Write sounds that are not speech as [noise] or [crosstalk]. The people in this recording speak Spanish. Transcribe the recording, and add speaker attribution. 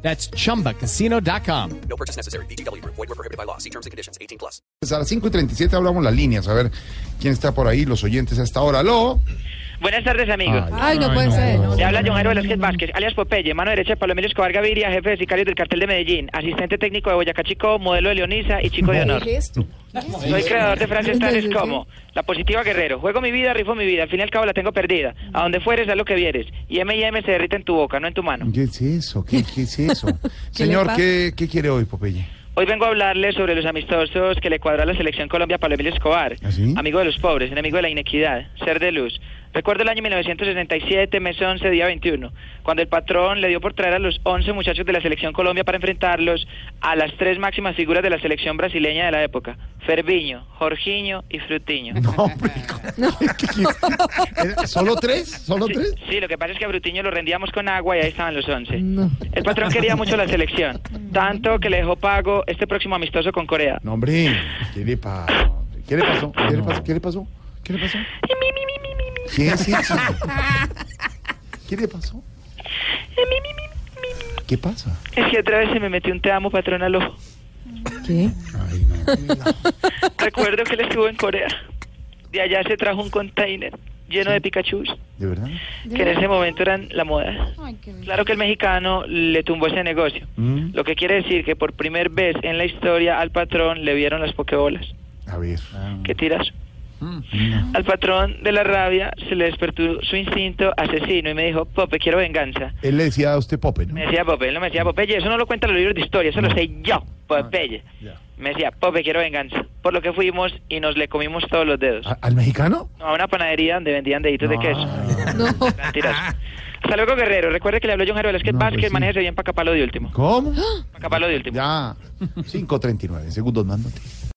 Speaker 1: That's chumbacasino.com.
Speaker 2: No purchase necessary. BGW. Void were prohibited by law. See terms and conditions. 18 plus.
Speaker 3: Pues a las 5 y 37 hablamos las líneas, a ver quién está por ahí, los oyentes hasta ahora. ¿Aló?
Speaker 4: Buenas tardes, amigos.
Speaker 5: Ay, no puede ser. no.
Speaker 4: Le habla John Jairo Velázquez Vázquez, alias Popeye, mano derecha de Palomino Escobar Gaviria, jefe de sicarios del cartel de Medellín, asistente técnico de Boyacá Chico, modelo de Leonisa y chico de honor.
Speaker 5: ¿Qué es esto?
Speaker 4: Soy creador de frases tales como La positiva guerrero, juego mi vida, rifo mi vida, al fin y al cabo la tengo perdida. A donde fueres, haz lo que vieres. Y M y M se derrita en tu boca, no en tu mano.
Speaker 3: ¿Qué es eso? ¿Qué, qué es
Speaker 5: [laughs]
Speaker 3: eso?
Speaker 5: le
Speaker 3: Señor,
Speaker 5: pasa?
Speaker 3: ¿qué, ¿qué quiere hoy, Popeye?
Speaker 5: [laughs]
Speaker 4: Hoy vengo a hablarles sobre los amistosos que le cuadró a la selección Colombia a Pablo Emilio Escobar.
Speaker 3: ¿Ah, sí?
Speaker 4: Amigo de los pobres, enemigo de la inequidad, ser de luz. Recuerdo el año 1967, mes 11, día 21, cuando el patrón le dio por traer a los 11 muchachos de la selección Colombia para enfrentarlos a las tres máximas figuras de la selección brasileña de la época, Ferviño, Jorginho y Frutiño.
Speaker 3: No, hombre,
Speaker 5: [laughs]
Speaker 3: ¿qué- ¿Solo tres? ¿Solo
Speaker 4: Sí,
Speaker 3: tres?
Speaker 4: sí, lo que pasa es que a Brutiño lo rendíamos con agua y ahí estaban los 11. El patrón quería mucho la selección, tanto que le dejó pago este próximo amistoso con Corea.
Speaker 3: No, hombre, ¿qué le pasó? ¿Qué le pasó? ¿Qué le pasó? ¿Qué le pasó? ¿Qué le pasó? ¿Qué es
Speaker 5: [laughs]
Speaker 3: eso? ¿Qué le pasó?
Speaker 4: Eh,
Speaker 3: ¿Qué pasa?
Speaker 4: Es que otra vez se me metió un te amo, patrón, al ojo.
Speaker 5: ¿Qué?
Speaker 3: Ay, no.
Speaker 4: Recuerdo que él estuvo en Corea. De allá se trajo un container lleno de Pikachu,
Speaker 3: ¿De verdad?
Speaker 4: que en ese momento eran la moda. Claro que el mexicano le tumbó ese negocio.
Speaker 3: Mm.
Speaker 4: Lo que quiere decir que por primera vez en la historia al patrón le vieron las pokebolas.
Speaker 3: A ver.
Speaker 4: ¿Qué tiras? Al patrón de la rabia se le despertó su instinto asesino y me dijo, Pope, quiero venganza.
Speaker 3: Él le decía a usted Pope, ¿no?
Speaker 4: Me decía Popeye, él no me decía Popeye, eso no lo cuentan los libros de historia, eso lo sé yo, Popeye.
Speaker 3: ya.
Speaker 4: Me decía, Pope, quiero venganza. Por lo que fuimos y nos le comimos todos los dedos.
Speaker 3: ¿A- ¿Al mexicano? Ah.
Speaker 4: A una panadería donde vendían deditos de queso.
Speaker 5: No.
Speaker 3: [laughs]
Speaker 4: Mentiras. Hasta luego, Guerrero. Recuerde que le habló John Jairo Velázquez
Speaker 3: No, pues
Speaker 4: Vázquez,
Speaker 3: sí.
Speaker 4: manéjese [gasps] bien para Capalo de último.
Speaker 3: ¿Cómo?
Speaker 4: Para Capalo de último.
Speaker 3: Ya, 5.39, segundos más noticias.